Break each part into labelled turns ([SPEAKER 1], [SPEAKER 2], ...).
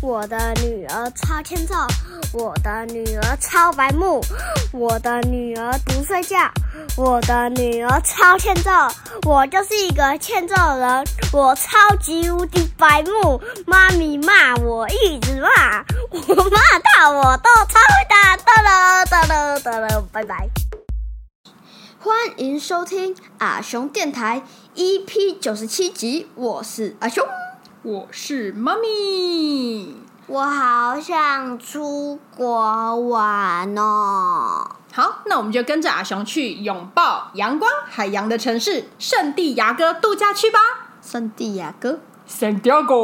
[SPEAKER 1] 我的女儿超欠揍，我的女儿超白目，我的女儿不睡觉，我的女儿超欠揍，我就是一个欠揍人，我超级无敌白目，妈咪骂我一直骂，我骂到我都超会打，哒了哒了哒了，拜拜。
[SPEAKER 2] 欢迎收听阿雄电台 EP 九十七集，我是阿雄。
[SPEAKER 3] 我是妈咪。
[SPEAKER 1] 我好想出国玩哦！
[SPEAKER 3] 好，那我们就跟着阿雄去拥抱阳光海洋的城市——圣地亚哥度假区吧。
[SPEAKER 2] 圣地亚哥
[SPEAKER 3] 圣地亚哥，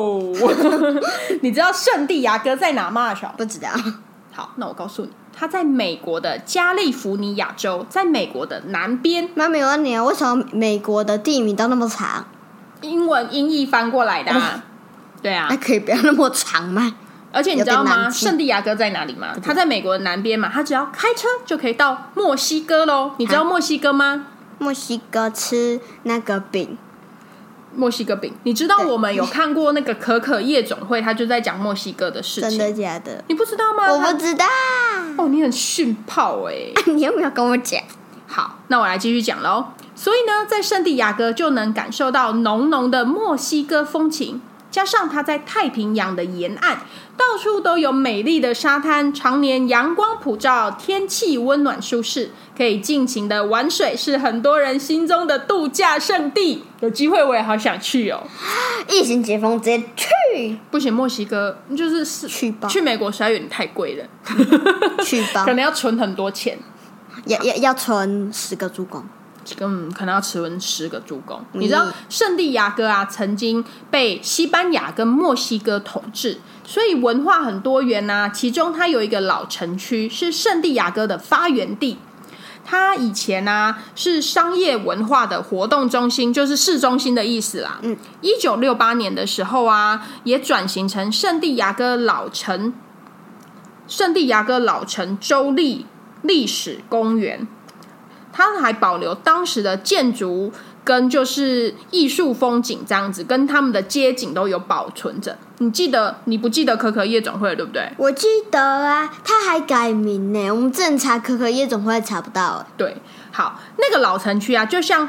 [SPEAKER 3] 你知道圣地亚哥在哪吗？阿雄，
[SPEAKER 2] 不知道，
[SPEAKER 3] 好，那我告诉你，它在美国的加利福尼亚州，在美国的南边，
[SPEAKER 2] 妈咪我问你，为什么美国的地名都那么长？
[SPEAKER 3] 英文音译翻过来的、
[SPEAKER 2] 哦
[SPEAKER 3] 啊。对啊
[SPEAKER 2] 那，可以不要那么长吗？
[SPEAKER 3] 而且你知道
[SPEAKER 2] 哎有点
[SPEAKER 3] 吗？
[SPEAKER 2] 难记
[SPEAKER 3] 圣地亚哥在哪里吗？它在美国的南边嘛，它只要开车就可以到墨西哥喽。你知道
[SPEAKER 2] 啊
[SPEAKER 3] 墨西哥吗？
[SPEAKER 2] 墨西哥吃那个饼，
[SPEAKER 3] 墨西哥饼，你知道
[SPEAKER 2] 对
[SPEAKER 3] 我们有看过那个可可夜总会，他就在讲墨西哥的事
[SPEAKER 2] 真
[SPEAKER 3] 情，
[SPEAKER 2] 的假的？
[SPEAKER 3] 你不知道吗？
[SPEAKER 2] 我不知道，
[SPEAKER 3] 它哦，你很逊炮哎、
[SPEAKER 2] 你有没有跟我讲？
[SPEAKER 3] 好，那我来继续讲喽。所以呢，在圣地亚哥就能感受到浓浓的墨西哥风情，加上它在太平洋的沿岸，到处都有美丽的沙滩，常年阳光普照，天气温暖舒适，可以尽情的玩水，是很多人心中的度假胜地。有机会我也好想去哦。
[SPEAKER 2] 疫情解封直接去
[SPEAKER 3] 不行，墨西哥就是是
[SPEAKER 2] 去吧
[SPEAKER 3] 去美国实在有点太贵了，
[SPEAKER 2] 去吧
[SPEAKER 3] 可，能要存很多钱。
[SPEAKER 2] 要要要存十个猪公，
[SPEAKER 3] 嗯，可能要吃温十个助攻。
[SPEAKER 2] 嗯
[SPEAKER 3] 你知道圣地亚哥啊，曾经被西班牙跟墨西哥统治，所以文化很多元呐、其中它有一个老城区是圣地亚哥的发源地，它以前呢、啊是商业文化的活动中心，就是市中心的意思啦。
[SPEAKER 2] 嗯，
[SPEAKER 3] 一九六八年的时候啊，也转型成圣地亚哥老城，圣地亚哥老城州立历史公园。它还保留当时的建筑跟就是艺术风景这样子，跟他们的街景都有保存着。你记得你不记得可可夜总会了对不对？
[SPEAKER 2] 我记得啊，他还改名呢。我们正查可可夜总会查不到，
[SPEAKER 3] 对，好，那个老城区啊，就像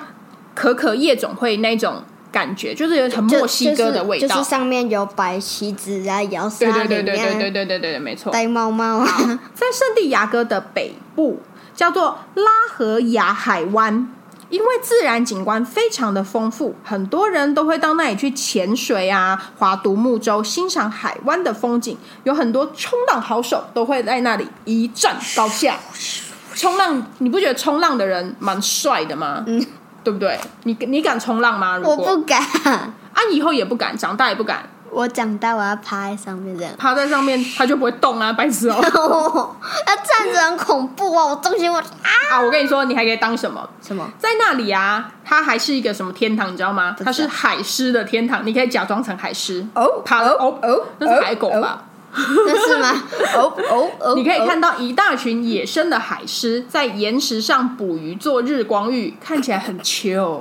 [SPEAKER 3] 可可夜总会那种感觉，就是有很
[SPEAKER 2] 就
[SPEAKER 3] 墨西哥的味
[SPEAKER 2] 就是，
[SPEAKER 3] 道。
[SPEAKER 2] 就是上面有白旗子啊、摇
[SPEAKER 3] 对
[SPEAKER 2] 沙
[SPEAKER 3] 对对
[SPEAKER 2] 帘
[SPEAKER 3] 对对对
[SPEAKER 2] 啊、
[SPEAKER 3] 对对对，没错。
[SPEAKER 2] 戴帽帽 啊。
[SPEAKER 3] 在圣地亚哥的北部，叫做拉合亚海湾。因为自然景观非常的丰富，很多人都会到那里去潜水啊、划独木舟、欣赏海湾的风景。有很多冲浪好手都会在那里一战高下。冲浪，你不觉得冲浪的人蛮帅的吗？嗯，对不对？你你敢冲浪吗？如
[SPEAKER 2] 我
[SPEAKER 3] 果
[SPEAKER 2] 不敢，
[SPEAKER 3] 啊，以后也不敢，长大也不敢，
[SPEAKER 2] 我长大我要趴在上面这样。
[SPEAKER 3] 趴在上面他就不会动啊，白痴哦、
[SPEAKER 2] 那站着很恐怖哦，我重心我啊
[SPEAKER 3] 啊，我跟你说，你还可以当什么？
[SPEAKER 2] 什么？
[SPEAKER 3] 在那里啊，它还是一个什么天堂，你知道吗？
[SPEAKER 2] 不知道
[SPEAKER 3] 它是海狮的天堂，你可以假装成海狮
[SPEAKER 2] 哦
[SPEAKER 3] 爬了哦
[SPEAKER 2] 哦
[SPEAKER 3] 那是海狗吧？
[SPEAKER 2] 那是 吗？哦哦哦！
[SPEAKER 3] 你可以看
[SPEAKER 2] 哦，
[SPEAKER 3] 到一大群野生的海狮在岩石上捕鱼做日光浴，看起来很 chill。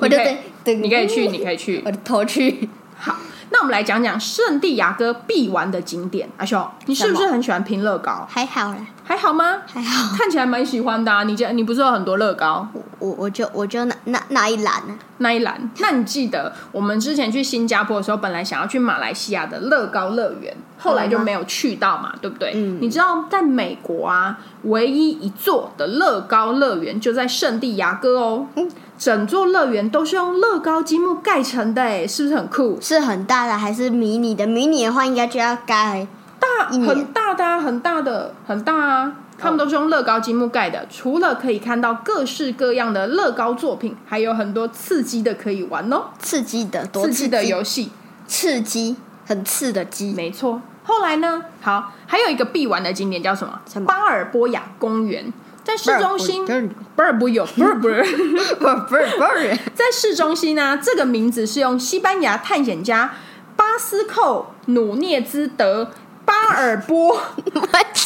[SPEAKER 2] 我就
[SPEAKER 3] 你可以
[SPEAKER 2] 对对，
[SPEAKER 3] 你可以去，你可以去
[SPEAKER 2] 我。的头 去。
[SPEAKER 3] 好，那我们来讲讲圣地亚哥必玩的景点。阿雄，你是不
[SPEAKER 2] 什
[SPEAKER 3] 是很喜欢拼乐高？
[SPEAKER 2] 还好啦，
[SPEAKER 3] 还好吗？
[SPEAKER 2] 还好。
[SPEAKER 3] 看起来蛮喜欢的、啊。你家你不是有很多乐高？
[SPEAKER 2] 我我我就我就那那那一栏啊呢，
[SPEAKER 3] 那一栏。那你记得我们之前去新加坡的时候，本来想要去马来西亚的乐高乐园，后来就没有去到嘛，对不对？
[SPEAKER 2] 嗯
[SPEAKER 3] 你知道在美国啊，唯一一座的乐高乐园就在圣地亚哥哦。
[SPEAKER 2] 嗯
[SPEAKER 3] 整座乐园都是用乐高积木盖成的，哎，是不是很酷？
[SPEAKER 2] 是很大的还是迷你的？迷你的话应该就要盖
[SPEAKER 3] 大
[SPEAKER 2] 一年
[SPEAKER 3] 很大的、啊，很大的，很大啊！他们都是用乐高积木盖的，除了可以看到各式各样的乐高作品，还有很多刺激的可以玩哦，
[SPEAKER 2] 刺激的，多
[SPEAKER 3] 刺
[SPEAKER 2] 激
[SPEAKER 3] 激的游戏。
[SPEAKER 2] 刺激，很刺的鸡。
[SPEAKER 3] 没错。后来呢？好，还有一个必玩的景点叫什么？
[SPEAKER 2] 什么
[SPEAKER 3] 巴尔波亚公园，在市中心。巴尔波有，不是不是，
[SPEAKER 2] 不是不是不是，
[SPEAKER 3] 在市中心呢、这个名字是用西班牙探险家巴斯寇努涅兹德巴尔波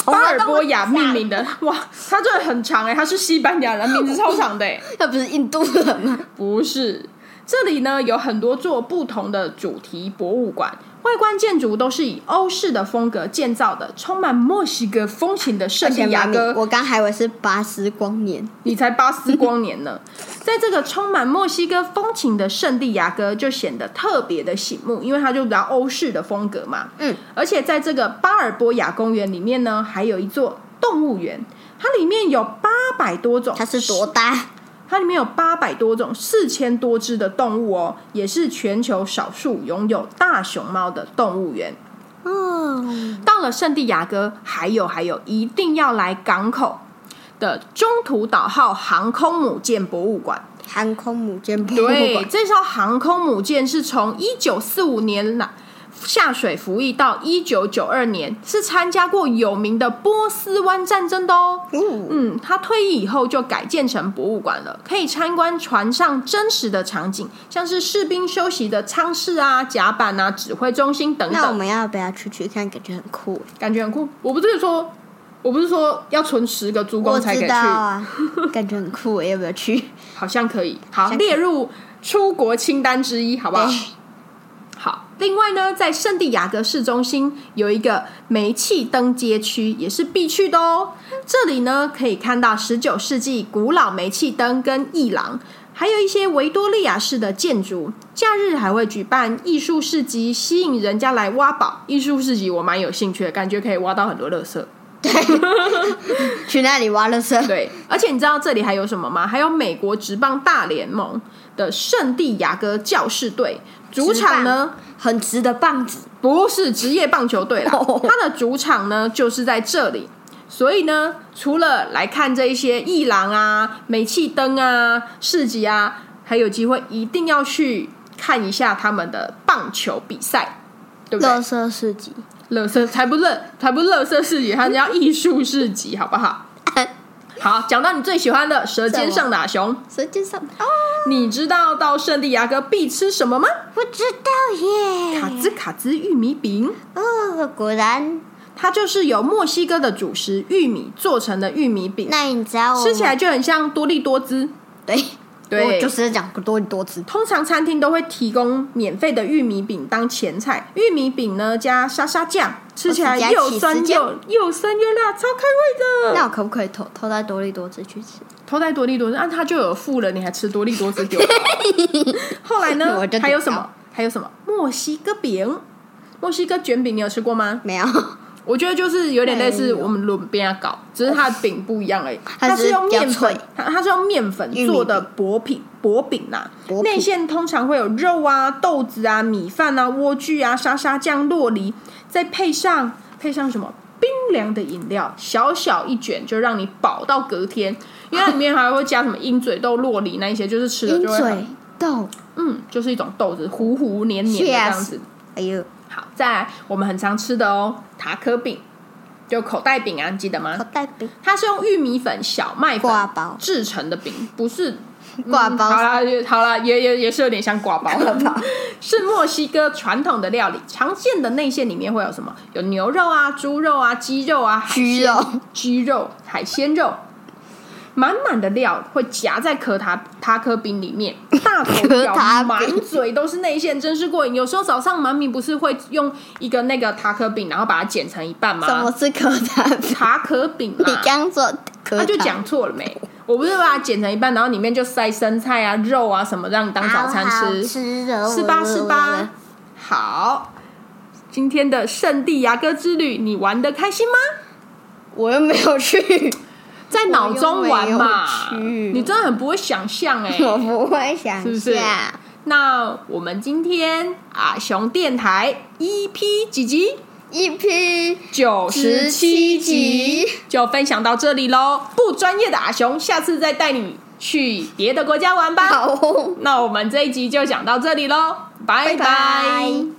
[SPEAKER 3] 巴尔波亚命名的。哇，他这很长哎、他是西班牙人，名字超长的哎、
[SPEAKER 2] 那不是印度人吗？
[SPEAKER 3] 不是，这里呢有很多座不同的主题博物馆，外观建筑都是以欧式的风格建造的，充满墨西哥风情的圣地亚哥。
[SPEAKER 2] 我刚还以为是巴斯光年，
[SPEAKER 3] 你才巴斯光年呢，在这个充满墨西哥风情的圣地亚哥就显得特别的醒目，因为它就比较欧式的风格嘛。
[SPEAKER 2] 嗯，
[SPEAKER 3] 而且在这个巴尔波亚公园里面呢，还有一座动物园，它里面有八百多种，
[SPEAKER 2] 它是多大？
[SPEAKER 3] 它里面有八百多种、四千多只的动物哦，也是全球少数拥有大熊猫的动物园。
[SPEAKER 2] 哦，
[SPEAKER 3] 到了圣地亚哥，还有还有，一定要来港口的中途岛号航空母舰博物馆。
[SPEAKER 2] 航空母舰博物
[SPEAKER 3] 对，
[SPEAKER 2] 馆，
[SPEAKER 3] 这艘航空母舰是从一九四五年来下水服役到一九九二年，是参加过有名的波斯湾战争的哦。
[SPEAKER 2] 嗯，
[SPEAKER 3] 嗯，他退役以后就改建成博物馆了，可以参观船上真实的场景，像是士兵休息的舱室啊、甲板啊、指挥中心等
[SPEAKER 2] 那我
[SPEAKER 3] 等，
[SPEAKER 2] 们要不要去去看？感觉很酷。
[SPEAKER 3] 感觉很酷。我不是说，我不是说要存十个珠光
[SPEAKER 2] 我
[SPEAKER 3] 才可以
[SPEAKER 2] 知
[SPEAKER 3] 去，
[SPEAKER 2] 道啊， 感觉很酷，要不要 去？
[SPEAKER 3] 好像可以。好，
[SPEAKER 2] 像可以
[SPEAKER 3] 列入出国清单之一，好不好？
[SPEAKER 2] 哎
[SPEAKER 3] 好，另外呢，在圣地亚哥市中心有一个煤气灯街区，也是必去的哦。这里呢，可以看到十九世纪古老煤气灯跟艺廊，还有一些维多利亚式的建筑。假日还会举办艺术市集，吸引人家来挖宝。艺术市集我蛮有兴趣的，感觉可以挖到很多垃圾。
[SPEAKER 2] 去那里挖垃圾？
[SPEAKER 3] 对，而且你知道这里还有什么吗？还有美国职棒大联盟的圣地亚哥教士队，主场呢
[SPEAKER 2] 很直的棒子，
[SPEAKER 3] 不是职业棒球队啦
[SPEAKER 2] 哦，
[SPEAKER 3] 它的主场呢就是在这里。所以呢，除了来看这一些艺廊啊、煤气灯啊、市集啊，还有机会一定要去看一下他们的棒球比赛，对不对
[SPEAKER 2] 垃？圾市集。
[SPEAKER 3] 乐色才不乐，才不乐色市集，它叫艺术市集，好不好？好，讲到你最喜欢的《舌尖上打熊》，
[SPEAKER 2] 舌尖上哦，
[SPEAKER 3] 你知道到圣地亚哥必吃什么吗？
[SPEAKER 2] 不知道耶。
[SPEAKER 3] 卡兹卡兹玉米饼。
[SPEAKER 2] 哦，果然。
[SPEAKER 3] 它就是由墨西哥的主食玉米做成的玉米饼，
[SPEAKER 2] 那你知道我
[SPEAKER 3] 吃起来就很像多利多滋。
[SPEAKER 2] 对
[SPEAKER 3] 对
[SPEAKER 2] 我就是讲多多汁。
[SPEAKER 3] 通常餐厅都会提供免费的玉米饼当前菜，玉米饼呢加沙沙酱，吃起来
[SPEAKER 2] 或是加
[SPEAKER 3] 又
[SPEAKER 2] 起司
[SPEAKER 3] 酸
[SPEAKER 2] 酱
[SPEAKER 3] 又又酸又辣，超开胃的。
[SPEAKER 2] 那我可不可以偷偷带多利多汁去吃？
[SPEAKER 3] 偷带多利多滋，啊，他就有付了，你还吃多利多滋 丢掉。后来呢
[SPEAKER 2] 我就？
[SPEAKER 3] 还有什
[SPEAKER 2] 点
[SPEAKER 3] 么
[SPEAKER 2] 到？
[SPEAKER 3] 还有什么？墨西哥饼，墨西哥卷饼，你有吃过吗？
[SPEAKER 2] 没有，
[SPEAKER 3] 我觉得就是有点类
[SPEAKER 2] 没
[SPEAKER 3] 似
[SPEAKER 2] 有
[SPEAKER 3] 我们轮边啊搞，只是它的饼不一样而已。它
[SPEAKER 2] 它只
[SPEAKER 3] 是
[SPEAKER 2] 是
[SPEAKER 3] 用面
[SPEAKER 2] 比较
[SPEAKER 3] 粉
[SPEAKER 2] 脆，
[SPEAKER 3] 它它是用面粉
[SPEAKER 2] 玉米
[SPEAKER 3] 做的薄饼，薄饼啦、
[SPEAKER 2] 薄饼
[SPEAKER 3] 内馅通常会有肉啊、豆子啊、米饭啊、莴苣啊、沙沙酱、洛梨，再配上配上什么冰凉的饮料，小小一卷就让你饱到隔天。因为它里面还会加什么鹰嘴豆、洛梨那一些，就是吃了
[SPEAKER 2] 鹰
[SPEAKER 3] 就会很
[SPEAKER 2] 嘴豆。
[SPEAKER 3] 嗯，就是一种豆子，糊糊黏黏的这样子。
[SPEAKER 2] 哎呦，
[SPEAKER 3] 好，再来我们很常吃的哦，塔可饼，就口袋饼啊，你记得
[SPEAKER 2] 口
[SPEAKER 3] 吗？
[SPEAKER 2] 袋饼
[SPEAKER 3] 它是用玉米粉、小麦粉
[SPEAKER 2] 挂包
[SPEAKER 3] 制成的饼，不是
[SPEAKER 2] 挂
[SPEAKER 3] 嗯
[SPEAKER 2] 包，
[SPEAKER 3] 好啦，也好啦，也也也是有点像挂包， 是墨西哥传统的料理，常见的内馅里面会有什么？有牛肉啊、猪肉啊、鸡肉啊、海
[SPEAKER 2] 鸡
[SPEAKER 3] 鲜
[SPEAKER 2] 肉、
[SPEAKER 3] 鸡肉、海鲜肉。满满的料会夹在可塔塔可饼 里面，大口
[SPEAKER 2] 可
[SPEAKER 3] 咬，
[SPEAKER 2] 塔饼
[SPEAKER 3] 满嘴都是内馅，真是过瘾。有时候早上妈咪不是会用一个那个塔可饼，然后把它剪成一半
[SPEAKER 2] 什么
[SPEAKER 3] 吗？
[SPEAKER 2] 是可塔饼？
[SPEAKER 3] 塔可饼
[SPEAKER 2] 你
[SPEAKER 3] 啦，
[SPEAKER 2] 刚说可塔
[SPEAKER 3] 他就讲错了没？我不是把它剪成一半，然后里面就塞生菜啊、肉啊什么，让你当早餐
[SPEAKER 2] 好好
[SPEAKER 3] 吃。
[SPEAKER 2] 吃哦的
[SPEAKER 3] 是吧？是
[SPEAKER 2] 嗯
[SPEAKER 3] 吧？好，今天的圣地亚哥之旅，你玩的开心吗？
[SPEAKER 2] 我又没有去，
[SPEAKER 3] 在脑中玩嘛
[SPEAKER 2] 我又，没有去
[SPEAKER 3] 你真的很不会想象哎、
[SPEAKER 2] 我不会想
[SPEAKER 3] 是不是
[SPEAKER 2] 下。
[SPEAKER 3] 那我们今天啊，熊电台 EP 几集？
[SPEAKER 2] 一批
[SPEAKER 3] 九十七集
[SPEAKER 2] 集
[SPEAKER 3] 就分享到这里喽。不专业的阿熊，下次再带你去别的国家玩吧。
[SPEAKER 2] 好哦，
[SPEAKER 3] 那我们这一集就讲到这里喽，拜
[SPEAKER 2] 拜拜。